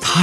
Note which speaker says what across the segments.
Speaker 1: 他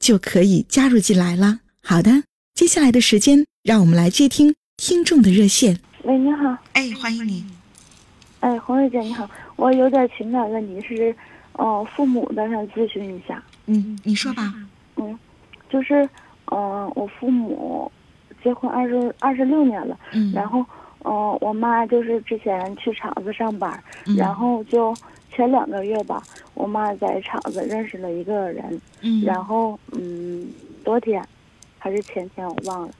Speaker 2: 就可以加入进来了。好的，接下来的时间，让我们来接听听众的热线。
Speaker 3: 喂，你好，
Speaker 2: 哎，欢迎您。
Speaker 3: 哎，红瑞姐你好，我有点情感问题是，呃，父母的想咨询一下，
Speaker 2: 嗯，你说吧。
Speaker 3: 就是，呃，我父母结婚二十二十六年了，
Speaker 2: 嗯
Speaker 3: 然后，呃，我妈就是之前去厂子上班，
Speaker 2: 嗯
Speaker 3: 然后就前两个月吧，我妈在厂子认识了一个人，
Speaker 2: 嗯
Speaker 3: 然后，嗯，昨天还是前天我忘了，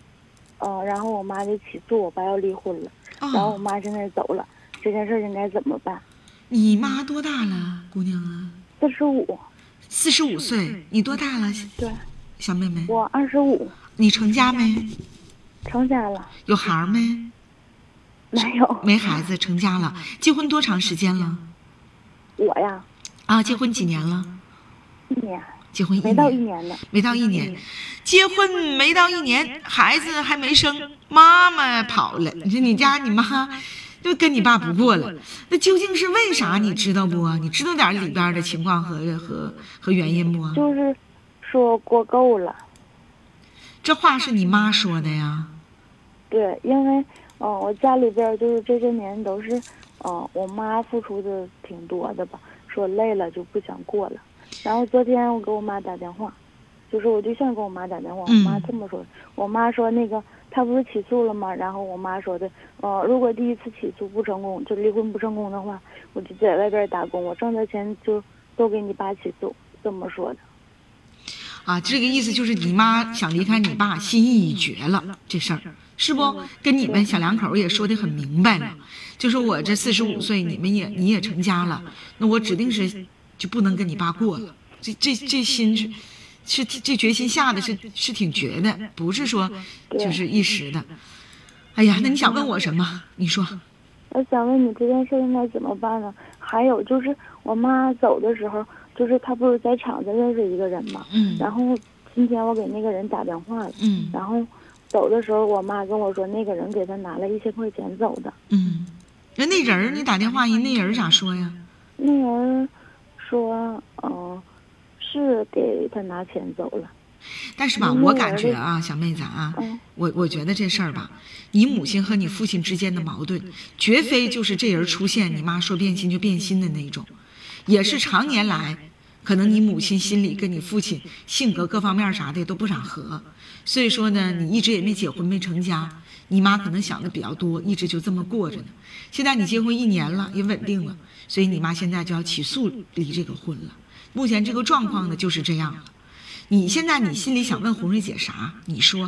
Speaker 3: 呃，然后我妈就起诉我爸要离婚了，然后我
Speaker 2: 哦，
Speaker 3: 妈现在走了，这件事儿应该怎么办？
Speaker 2: 你妈多大了，姑娘啊？
Speaker 3: 四十五，
Speaker 2: 四十五岁，你多大了，
Speaker 3: 对
Speaker 2: 小妹妹？
Speaker 3: 我二十五，
Speaker 2: 你成家没？
Speaker 3: 成家了，
Speaker 2: 有孩儿没？
Speaker 3: 没有
Speaker 2: 没孩子，成家了。结婚多长时间了？
Speaker 3: 我呀，
Speaker 2: 啊，结婚几年了？
Speaker 3: 一年
Speaker 2: 结婚一
Speaker 3: 没到一
Speaker 2: 年。
Speaker 3: 年呢。
Speaker 2: 没到一年，结婚没到一年，孩子还没生，妈妈跑了。你说你家你妈就跟你爸不过了，那究竟是为啥？你知道不？啊你知道点儿里边儿的情况和和和原因不？啊
Speaker 3: 就是说过够了。
Speaker 2: 这话是你妈说的呀。
Speaker 3: 对，因为嗯、呃我家里边儿就是这些年都是，呃，我妈付出的挺多的吧，说累了就不想过了。然后昨天我给我妈打电话，就是我对象给我妈打电话，我
Speaker 2: 嗯
Speaker 3: 妈这么说，我妈说那个她不是起诉了吗？然后我妈说的，呃，如果第一次起诉不成功，就离婚不成功的话，我就在外边儿打工，我挣的钱就都给你爸起诉，这么说的。
Speaker 2: 啊，这个意思就是你妈想离开你爸，心意已决了，这事儿是不？跟你们小两口儿也说的很明白了，就说我这四十五岁，你们也你也成家了，那我指定是就不能跟你爸过了。这这这心是是这决心下的是是挺绝的，不是说就是一时的。哎呀，那你想问我什么？你说。
Speaker 3: 我想问你这件事应该怎么办呢？还有就是我妈走的时候，就是她不是在厂子认识一个人嘛，
Speaker 2: 嗯
Speaker 3: 然后今天我给那个人打电话了，
Speaker 2: 嗯
Speaker 3: 然后走的时候我妈跟我说那个人给她拿了一千块钱走的，
Speaker 2: 嗯，人那人儿你打电话，人那人儿咋说呀？
Speaker 3: 那人说，嗯、是给她拿钱走了，
Speaker 2: 但是吧，
Speaker 3: 嗯
Speaker 2: 我感觉啊，小妹子啊
Speaker 3: 嗯，
Speaker 2: 我我觉得这事儿吧，你母亲和你父亲之间的矛盾，绝非就是这人出现，你妈说变心就变心的那一种，也是常年来，可能你母亲心里跟你父亲性格各方面啥的都不咋合，所以说呢，你一直也没结婚没成家，你妈可能想的比较多，一直就这么过着呢。现在你结婚一年了，也稳定了，所以你妈现在就要起诉离这个婚了。目前这个状况呢就是这样了。你现在你心里想问红瑞姐啥？你说，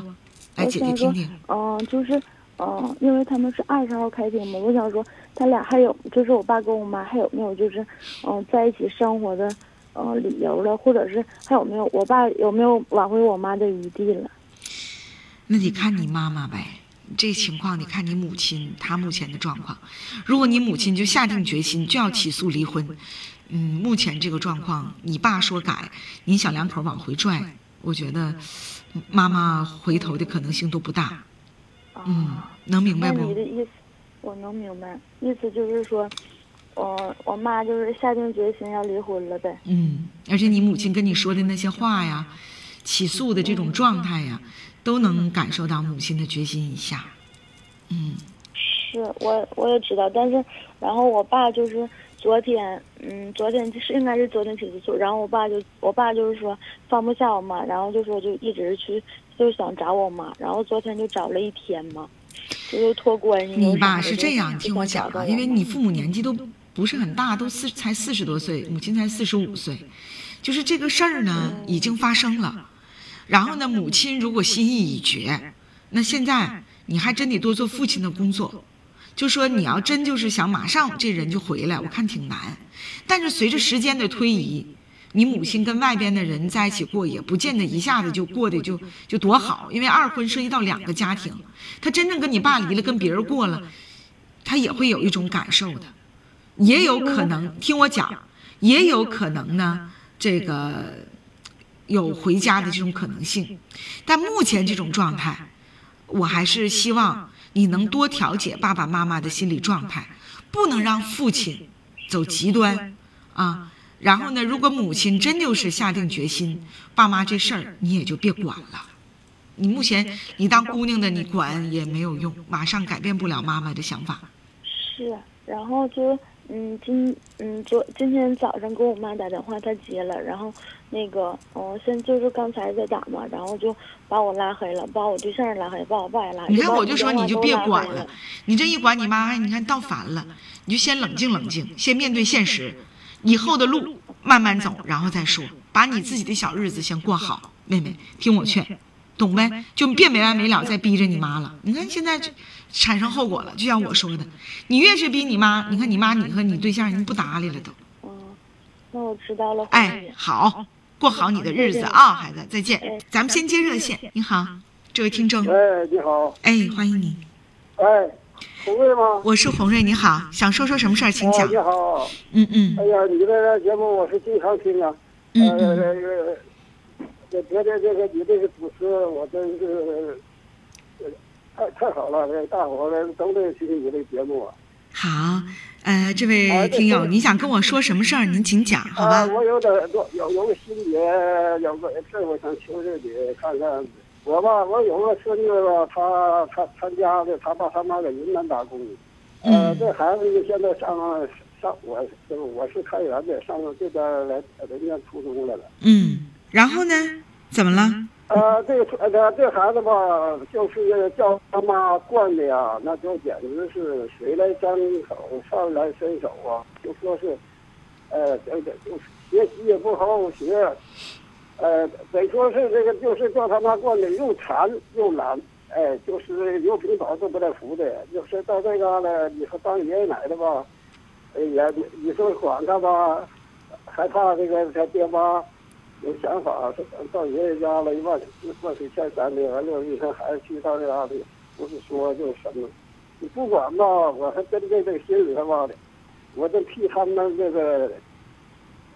Speaker 2: 来
Speaker 3: 我
Speaker 2: 姐姐
Speaker 3: 想说
Speaker 2: 听听。，
Speaker 3: 嗯、就是。嗯，因为他们是二十号开庭嘛，我想说，他俩还有就是我爸跟我妈还有没有就是，嗯、在一起生活的，呃，理由了，或者是还有没有我爸有没有挽回我妈的余地了？
Speaker 2: 那得看你妈妈呗。这情况你看你母亲她目前的状况，如果你母亲就下定决心就要起诉离婚，嗯，目前这个状况，你爸说改，你小两口往回拽，我觉得妈妈回头的可能性都不大。
Speaker 3: 啊、
Speaker 2: 嗯，能明
Speaker 3: 那
Speaker 2: 白
Speaker 3: 你
Speaker 2: 不
Speaker 3: 的？意思我能明白，意思就是说，呃，我妈就是下定决心要离婚了呗。
Speaker 2: 嗯，而且你母亲跟你说的那些话呀，起诉的这种状态呀，都能感受到母亲的决心一下。嗯，
Speaker 3: 是我我也知道，但是然后我爸就是昨天，嗯，昨天是应该是昨天起的诉，然后我爸就我爸就是说放不下我妈，然后就说就一直去就想找我妈，然后昨天就找了一天嘛，就又托关系。
Speaker 2: 你
Speaker 3: 吧
Speaker 2: 是这样，听我讲啊，因为你父母年纪都不是很大，都四才四十多岁，母亲才四十五岁，就是这个事儿呢已经发生了，然后呢，母亲如果心意已决，那现在你还真得多做父亲的工作。就说你要真就是想马上这人就回来，我看挺难。但是随着时间的推移，你母亲跟外边的人在一起过，也不见得一下子就过得就就多好，因为二婚涉及到两个家庭，她真正跟你爸离了，跟别人过了，她也会有一种感受的，也有可能听我讲，也有可能呢，这个有回家的这种可能性。但目前这种状态，我还是希望。你能多调节爸爸妈妈的心理状态，不能让父亲走极端啊。然后呢，如果母亲真就是下定决心，爸妈这事儿你也就别管了。你目前你当姑娘的，你管也没有用，马上改变不了妈妈的想法。
Speaker 3: 是，然后就嗯今嗯昨今天早上给我妈打电话，她接了，然后那个嗯现就是刚才在打嘛，然后就把我拉黑了，把我对象拉黑，把我爸也拉黑。
Speaker 2: 你看我就说你
Speaker 3: 就
Speaker 2: 别管
Speaker 3: 了，
Speaker 2: 你这一管你妈，哎你看倒烦了，你就先冷静冷静，先面对现实，以后的路慢慢走，然后再说，把你自己的小日子先过好。妹妹，听我劝，懂呗？就别没完没了再逼着你妈了。你看现在产生后果了，就像我说的，你越是逼你妈，你看你妈你和你对象人不搭理了都。
Speaker 3: 嗯，那我知道了。
Speaker 2: 哎，好，过好你的日子啊，孩子，再见。咱们先接热线，你好，这位听众。
Speaker 4: 哎，你好。
Speaker 2: 哎，欢迎你。
Speaker 4: 哎，红瑞吗？
Speaker 2: 我是红瑞，你好，想说说什么事儿，请讲
Speaker 4: 啊。你好。
Speaker 2: 嗯嗯
Speaker 4: 哎呀，你的节目我是经常听啊。
Speaker 2: 嗯
Speaker 4: 呃，
Speaker 2: 嗯，
Speaker 4: 这个这觉得这个你这个主持，我真是呃太太好了，这大伙儿都得听你的节目啊。
Speaker 2: 好，呃，这位听友，你想跟我说什么事儿，您请讲，好吧
Speaker 4: 啊，？我有点多有有个心结，有个事儿我想求求你看看。我吧，我有个孙子吧，他他他家的，他爸他妈在云南打工。呃，
Speaker 2: 嗯
Speaker 4: 这孩子现在上上我是我是开原的，上这边来来念初中来了。
Speaker 2: 嗯，然后呢？怎么了？
Speaker 4: 呃，这个呃这孩子吧，就是叫他妈惯的呀，那就简直是谁来张口，上来伸手啊，就说是，呃，这个就是学习也不好好学，呃，得说是这个就是叫他妈惯的，又馋又懒，哎，就是有平保都不带服的，就是到这旮了，你说当爷爷奶奶吧，哎呀，你你说管他吧，还怕这个他爹妈。有想法，到爷爷家了，一万万水千山的，完了，你看孩子去到这家里，不是说就是什么，你不管吧，我还真这这心里头吧的，我就替他们这个，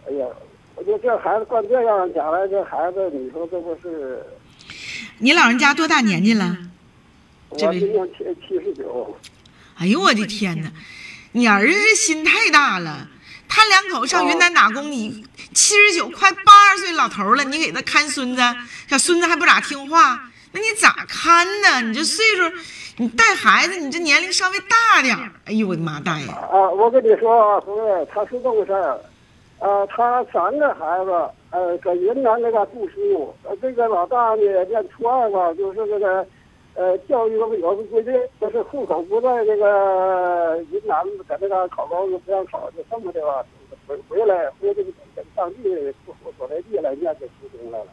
Speaker 4: 哎呀，我就这孩子惯这样，将来这孩子，你说这不是？
Speaker 2: 你老人家多大年纪了？
Speaker 4: 我
Speaker 2: 这位
Speaker 4: 今年七七十九，
Speaker 2: 哎呦我的天哪，你儿子这心太大了。他两口上云南打工，你七十九快八十岁老头了，你给他看孙子，小孙子还不咋听话，那你咋看呢？你这岁数，你带孩子，你这年龄稍微大点儿。哎呦我的妈大爷！
Speaker 4: 啊，我跟你说啊，红瑞，他是这么个事儿，呃，他三个孩子，呃，搁云南那嘎读书，呃，这个老大呢念初二吧，就是这个，呃，教育有有个规定，就是户口不在这个云南，在那嘎考高中不让考，就这么的吧，回回来回这个当地所所在地来念这初中来了。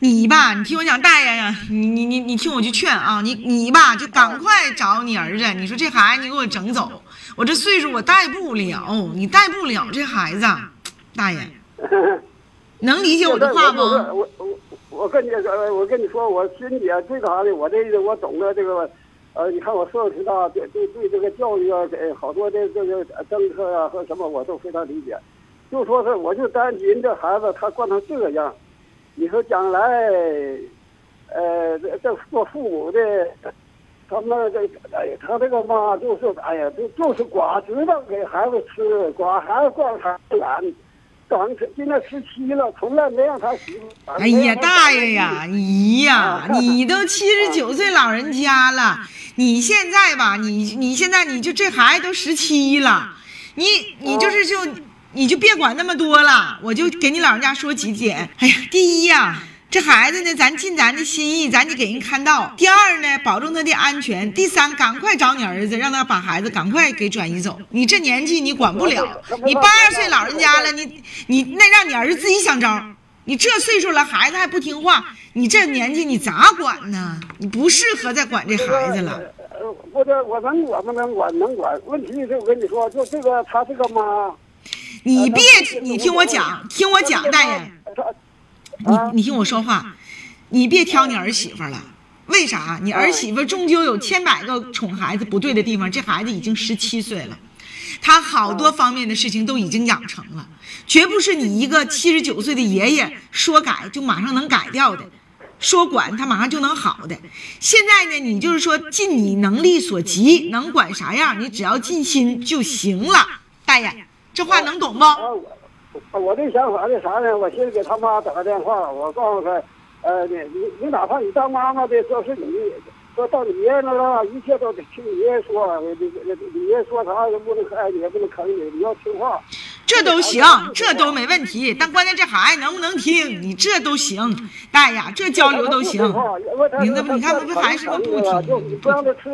Speaker 2: 你吧，你听我讲，大爷呀，你你你你听我去劝啊，你你吧就赶快找你儿子，你说这孩子你给我整走，我这岁数我带不了，你带不了这孩子，大爷，能理解我的话吗？
Speaker 4: 我我我跟你呃，我跟你说，我心里啊这啥的，我这我懂得这个，呃，你看我岁数挺大，对对对这个教育啊，给好多的这个政策啊和什么我都非常理解。就说是我就担心这孩子他惯成这个样，你说将来，呃，这这做父母的。他们这，哎呀，他这个妈就是，哎呀，就就是寡，知道给孩子吃，寡孩子惯孩子懒，长今年十七了，从来没让他媳妇。
Speaker 2: 哎呀，大爷呀，！啊姨呀，你 都七十九岁老人啊家了，你现在吧，你你现在你就这孩子都十七了，你你就是就你就别管那么多了，我就给你老人家说几点。哎呀，第一呀、这孩子呢，咱尽咱的心意，咱得给人看到。第二呢，保证他的安全。第三，赶快找你儿子，让他把孩子赶快给转移走。你这年纪你管不了，你八十岁老人家了，你你那让你儿子自己想招儿。你这岁数了，孩子还不听话，你这年纪你咋管呢？你不适合再管这孩子了。
Speaker 4: 呃，我这我能管不能管？能管。问题是我跟你说，就这个他这个妈，
Speaker 2: 你别，你听我讲，听我讲，大爷。
Speaker 4: 他，
Speaker 2: 你
Speaker 4: 啊，
Speaker 2: 你听我说话，你别挑你儿媳妇儿了。为啥？你儿媳妇儿终究有千百个宠孩子不对的地方。这孩子已经十七岁了，他好多方面的事情都已经养成了，绝不是你一个七十九岁的爷爷说改就马上能改掉的，说管他马上就能好的。现在呢，你就是说尽你能力所及，能管啥样，你只要尽心就行了。大爷，这话能懂不？
Speaker 4: 啊，我我这想法是啥呢？我寻思给他妈打个电话，我告诉他，呃，你你你哪怕你当妈妈的，说是你说到你爷爷那儿了，一切都得听你爷爷说，呃你你你爷爷说啥也不能哎，也不能坑你，你要听话。
Speaker 2: 这都行，这都没问题。但关键这孩子能不能听，你这都行。大爷，这交流都行。
Speaker 4: 啊
Speaker 2: 你那不你看不还是个不听。
Speaker 4: 就你不让他吃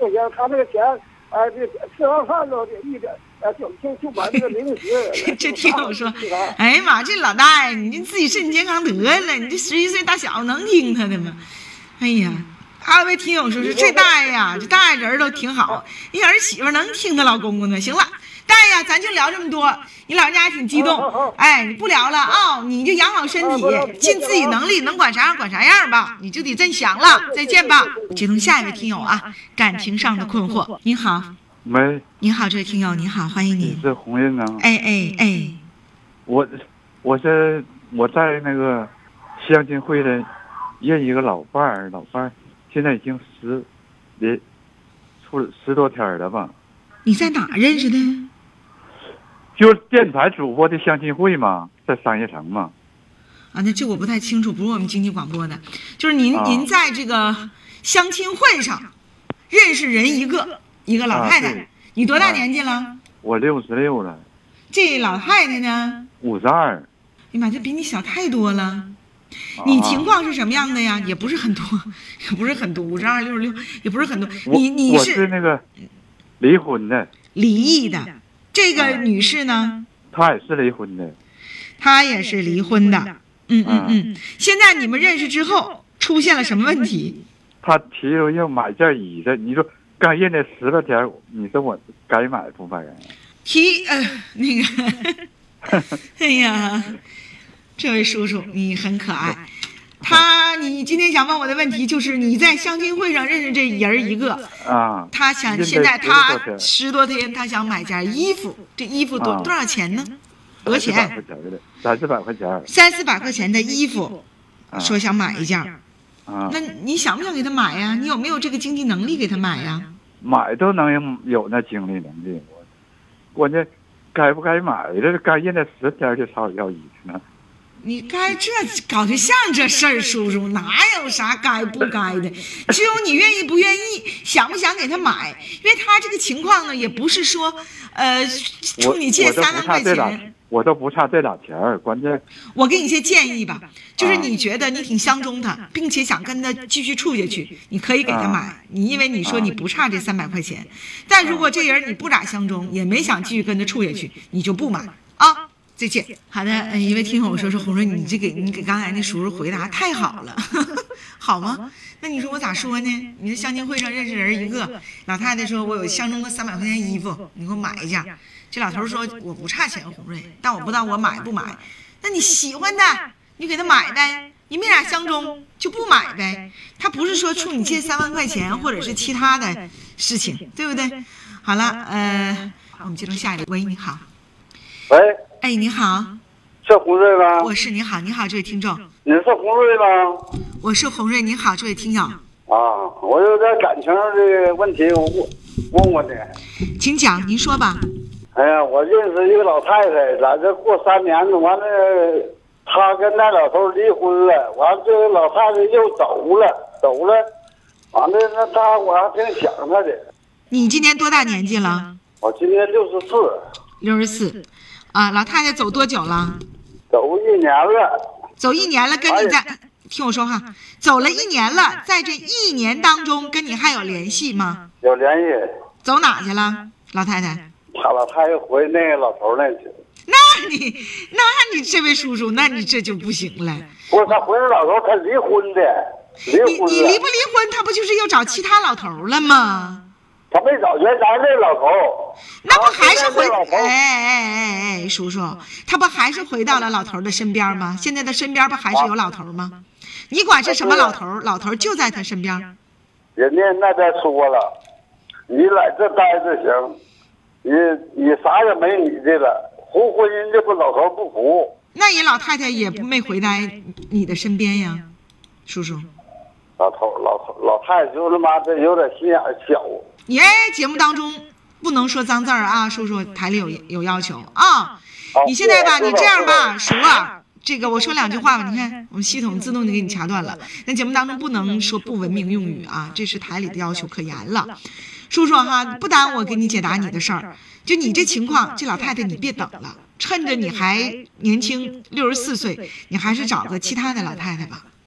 Speaker 4: 就行，他那个钱，哎、这吃完饭了就一点，呃，就就就买那个零食
Speaker 2: 这听我 说，
Speaker 4: 啊
Speaker 2: 哎呀妈，这老大爷，你这自己身体健康得了，你这十一岁大小子能听他的吗？哎呀，安慰听友说是这大爷呀，这大爷人儿都挺好，你儿媳妇能听她老公公的。行了，大爷呀，咱就聊这么多，你老人家还挺激
Speaker 4: 好好
Speaker 2: 动
Speaker 4: 好，
Speaker 2: 哎，你不聊了啊、你就养好身体
Speaker 4: 啊不，
Speaker 2: 尽自己能力，能管啥样管啥样吧，你就得真想了。再见吧，接通下一位听友啊，嗯感情上的困惑。您好，
Speaker 5: 喂，
Speaker 2: 您好，这位听友，您好，欢迎
Speaker 5: 你
Speaker 2: 您。
Speaker 5: 是红英啊？
Speaker 2: 哎哎哎，
Speaker 5: 我我是我在那个相亲会的认一个老伴儿，老伴儿现在已经十连出十多天儿了吧？
Speaker 2: 你在哪儿认识的？
Speaker 5: 就是电台主播的相亲会嘛，在商业城嘛。
Speaker 2: 啊，那这我不太清楚，不是我们经济广播的，就是您、
Speaker 5: 啊
Speaker 2: 您在这个相亲会上认识人一个，一个老
Speaker 5: 啊
Speaker 2: 太太，
Speaker 5: 对
Speaker 2: 你多大
Speaker 5: 啊
Speaker 2: 年纪了？
Speaker 5: 我六十六了，
Speaker 2: 这老太太呢？
Speaker 5: 五十二。
Speaker 2: 哎呀妈，这比你小太多了。你情
Speaker 5: 啊、
Speaker 2: 况是什么样的呀？也不是很多， 也不是很多，五十二、六十六，也不是很多。
Speaker 5: 我
Speaker 2: 你你
Speaker 5: 我是那个离婚的，
Speaker 2: 离异 E 的，这个女士呢，
Speaker 5: 他也是离婚的。
Speaker 2: 她也是离婚的。嗯嗯
Speaker 5: 啊
Speaker 2: 嗯。现在你们认识之后出现了什么问题？
Speaker 5: 他提出要买件衣裳，你说刚认的十来天，你说我该买不买？啊
Speaker 2: 提呃那个，哎呀，这位叔叔你很可爱。他，你今天想问我的问题就是你在相亲会上认识这人儿一个，
Speaker 5: 啊，
Speaker 2: 他想
Speaker 5: 认
Speaker 2: 现
Speaker 5: 识
Speaker 2: 在
Speaker 5: 十多
Speaker 2: 他
Speaker 5: 天
Speaker 2: 十多天，他想买件衣服，这衣服多
Speaker 5: 啊
Speaker 2: 多少钱呢？多少
Speaker 5: 三四百块
Speaker 2: 钱？
Speaker 5: 钱的，三四百块钱儿。
Speaker 2: 三四百块钱的衣服，
Speaker 5: 啊
Speaker 2: 说想买一件，
Speaker 5: 啊
Speaker 2: 那，你想不想给他买呀？你有没有这个经济能力给他买呀？
Speaker 5: 买都能有那经济能力，我关键该不该买这该认那十天就朝我要衣服呢。
Speaker 2: 你该这搞对象这事儿，叔叔哪有啥该不该的？只有你愿意不愿意，想不想给他买？因为他这个情况呢，也不是说，呃，
Speaker 5: 我
Speaker 2: 冲你借
Speaker 5: 我都
Speaker 2: 三
Speaker 5: 不
Speaker 2: 万
Speaker 5: 差
Speaker 2: 块
Speaker 5: 这俩
Speaker 2: 钱。，
Speaker 5: 我都不差这俩钱儿，关键
Speaker 2: 我给你一些建议吧，就是
Speaker 5: 啊
Speaker 2: 你觉得你挺相中他，并且想跟他继续处下去，你可以给他
Speaker 5: 啊
Speaker 2: 买。你因为你说
Speaker 5: 啊
Speaker 2: 你不差这三百块钱，但如果这人你不咋相中，也没想继续跟他处下去，你就不买啊。再见。好的，嗯，一位听友说说红润，你这给你给刚才那叔叔回答 太好了，好
Speaker 5: 啊
Speaker 2: 吗？那你说我咋说呢？你这相亲会上认识人一个老太太说，我有相中个三百块钱衣服，你给我买一件。这老头说我不差钱，红瑞，但我不知道我买不买。那你喜欢的，你就给他买呗。你没俩相中就不买呗。他不是说冲你借三万块钱或者是其他的事情，对不对？好了，呃，我们接通下一位。喂，你好，
Speaker 4: 喂，
Speaker 2: 哎，你好，
Speaker 4: 是胡瑞吗？
Speaker 2: 我是你好，你好，这位听众，
Speaker 4: 你是胡瑞吗？
Speaker 2: 我是红瑞，你好，这位听友，
Speaker 4: 啊，我有点感情上的问题，我问问我你。
Speaker 2: 请讲，您说吧。
Speaker 4: 哎呀，我认识一个老太太，在这过三年了，完了，她跟那老头离婚了，完了这个老太太又走了，走了，完了那她我还挺想她的，
Speaker 2: 你今年多大年纪了？
Speaker 4: 我今年六十四，
Speaker 2: 六十四，啊，老太太走多久了？
Speaker 4: 走一年了，
Speaker 2: 走一年了，跟你在听我说哈，走了一年了，在这一年当中跟你还有联系吗？
Speaker 4: 有联系，
Speaker 2: 走哪去了，老太太？
Speaker 4: 他老太太回那个老头那去，
Speaker 2: 那你，那你这位叔叔，那你这就不行了。
Speaker 4: 不是他回那老头，他离婚的，离
Speaker 2: 你
Speaker 4: 婚
Speaker 2: 你离不
Speaker 4: 了，
Speaker 2: 离婚，他不就是又找其他老头了吗？
Speaker 4: 他没找原来那老头，
Speaker 2: 那不还是回
Speaker 4: 然后现在那老头
Speaker 2: 哎哎哎哎，叔叔，他不还是回到了老头儿的身边吗？现在他身边不还是有老头儿吗？你管是什么老头儿，老头儿就在他身边儿。
Speaker 4: 人家那边说了，你在这待着行，你你啥也没你的了，胡婚姻这不老头不服，
Speaker 2: 那人老太太也不没回来你的身边呀，叔叔。
Speaker 4: 老头老头老太太就他妈的有点心眼儿小，啊
Speaker 2: 耶，哎节目当中不能说脏字儿啊，叔叔台里有有要求啊。
Speaker 4: 啊
Speaker 2: 你现在吧，
Speaker 4: 是
Speaker 2: 你这样吧，
Speaker 6: 是
Speaker 2: 叔
Speaker 6: 的
Speaker 2: 啊，这个我说两句话吧，你看我们系统自动就给你掐断了。那节目当中不能说不文明用语啊，这是台里的要求，可严了。叔叔哈，啊不耽误我给你解答你的事儿。就你这情况，这老太太你别等了，趁着你还年轻，六十四岁，你还是找个其他的老太太吧。